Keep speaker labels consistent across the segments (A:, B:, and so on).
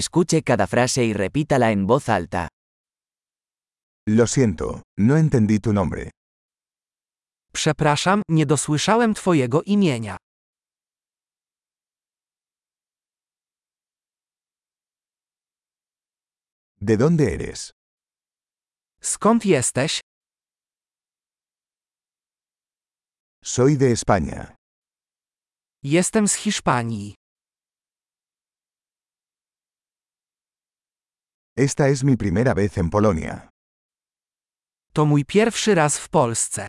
A: Escuche cada frase y repítala en voz alta.
B: Lo siento, no entendí tu nombre.
C: Przepraszam, nie dosłyszałem Twojego imienia.
B: ¿De dónde eres?
C: Skąd jesteś?
B: Soy de España.
C: Jestem z Hiszpanii.
B: Esta es mi primera vez en Polonia.
C: To mój pierwszy raz w Polsce.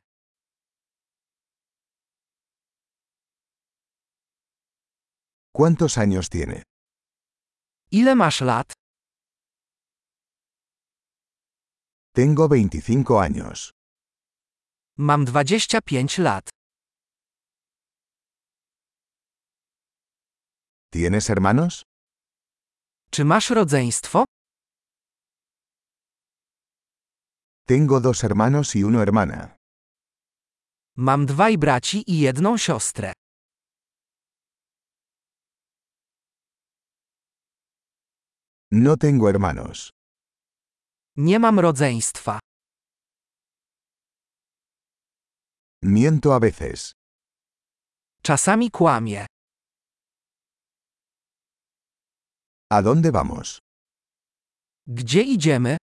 B: ¿Cuántos años tiene?
C: Ile masz lat?
B: Tengo 25 años.
C: Mam 25 lat.
B: ¿Tienes hermanos?
C: Czy masz rodzeństwo?
B: Tengo dos hermanos y una hermana.
C: Mam dwaj braci i jedną siostrę.
B: No tengo hermanos.
C: Nie mam rodzeństwa.
B: Miento a veces.
C: Czasami kłamię.
B: ¿A dónde vamos?
C: Gdzie idziemy?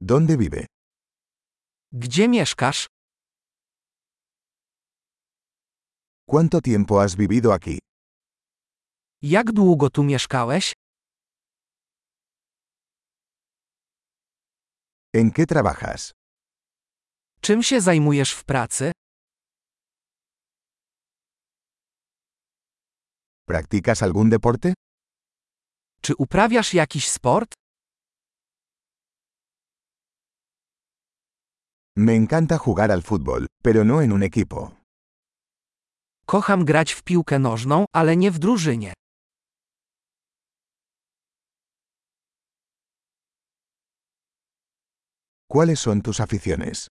B: ¿Dónde vive?
C: Gdzie mieszkasz?
B: ¿Cuánto tiempo has vivido aquí?
C: Jak długo tu mieszkałeś?
B: ¿En qué trabajas?
C: Czym się zajmujesz w pracy?
B: ¿Practicas algún deporte?
C: Czy uprawiasz jakiś sport?
B: Me encanta jugar al fútbol, pero no en un equipo.
C: Kocham grać w piłkę nożną, ale nie w drużynie.
B: ¿Cuáles son tus aficiones?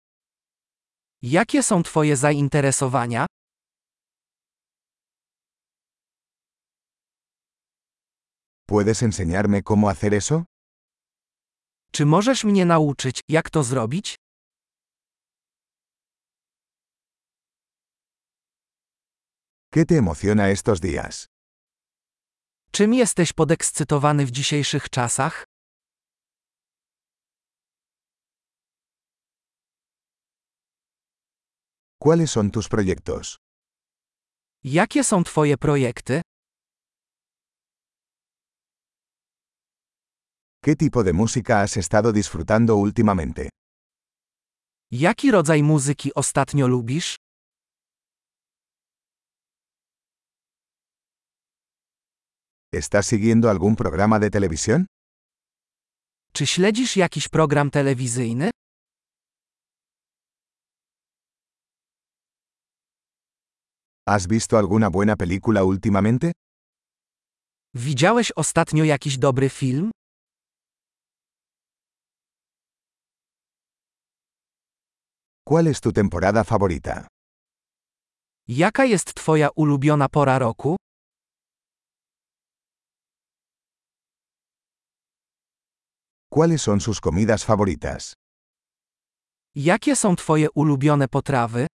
C: Jakie są Twoje zainteresowania?
B: ¿Puedes enseñarme cómo hacer eso?
C: Czy możesz mnie nauczyć, jak to zrobić?
B: ¿Qué te emociona estos días?
C: Czym jesteś podekscytowany w dzisiejszych czasach?
B: ¿Cuáles son tus proyectos?
C: Jakie są Twoje projekty?
B: ¿Qué tipo de música has estado disfrutando últimamente?
C: Jaki rodzaj muzyki ostatnio lubisz?
B: ¿Estás siguiendo algún programa de televisión?
C: Czy śledzisz jakiś program telewizyjny?
B: ¿Has visto alguna buena película últimamente?
C: Widziałeś ostatnio jakiś dobry film?
B: ¿Cuál es tu temporada favorita?
C: Jaka jest Twoja ulubiona pora roku?
B: ¿Cuáles son sus comidas favoritas?
C: Jakie są Twoje ulubione potrawy?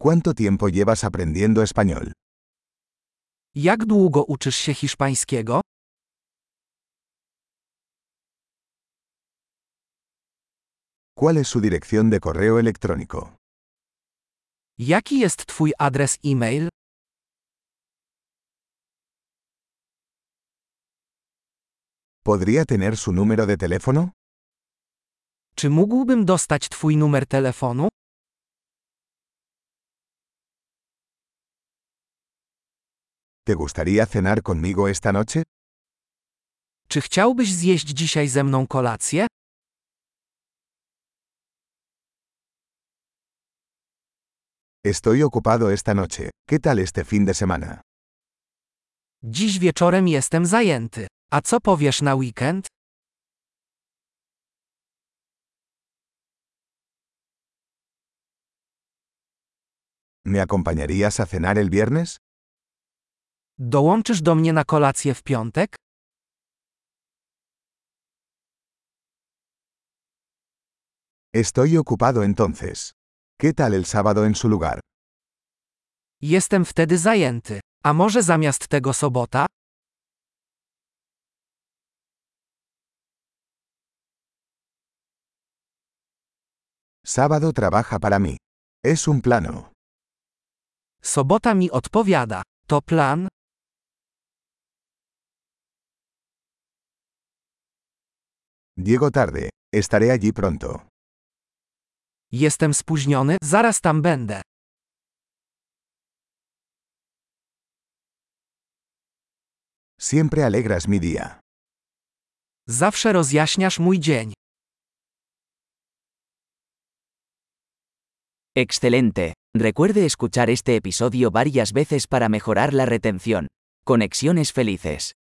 B: ¿Cuánto tiempo llevas aprendiendo español?
C: Jak długo uczysz się hiszpańskiego?
B: ¿Cuál es su dirección de correo electrónico?
C: Jaki jest Twój adres e-mail?
B: ¿Podría tener su número de teléfono?
C: Czy mógłbym dostać Twój numer telefonu?
B: ¿Te gustaría cenar conmigo esta noche?
C: Czy chciałbyś zjeść dzisiaj ze mną kolację?
B: Estoy ocupado esta noche. ¿Qué tal este fin de semana?
C: Dziś wieczorem jestem zajęty. A co powiesz na weekend?
B: ¿Me acompañarías a cenar el viernes?
C: Dołączysz do mnie na kolację w piątek?
B: Estoy ocupado entonces. ¿Qué tal el sábado en su lugar?
C: Jestem wtedy zajęty. A może zamiast tego sobota?
B: Sábado trabaja para mí. Es un plano.
C: Sobota mi odpowiada. To plan?
B: Llego tarde. Estaré allí pronto.
C: Jestem spóźniony, zaraz tam będę.
B: Siempre alegras mi día.
C: Zawsze rozjaśniasz mój dzień.
A: Excelente. Recuerde escuchar este episodio varias veces para mejorar la retención. Conexiones felices.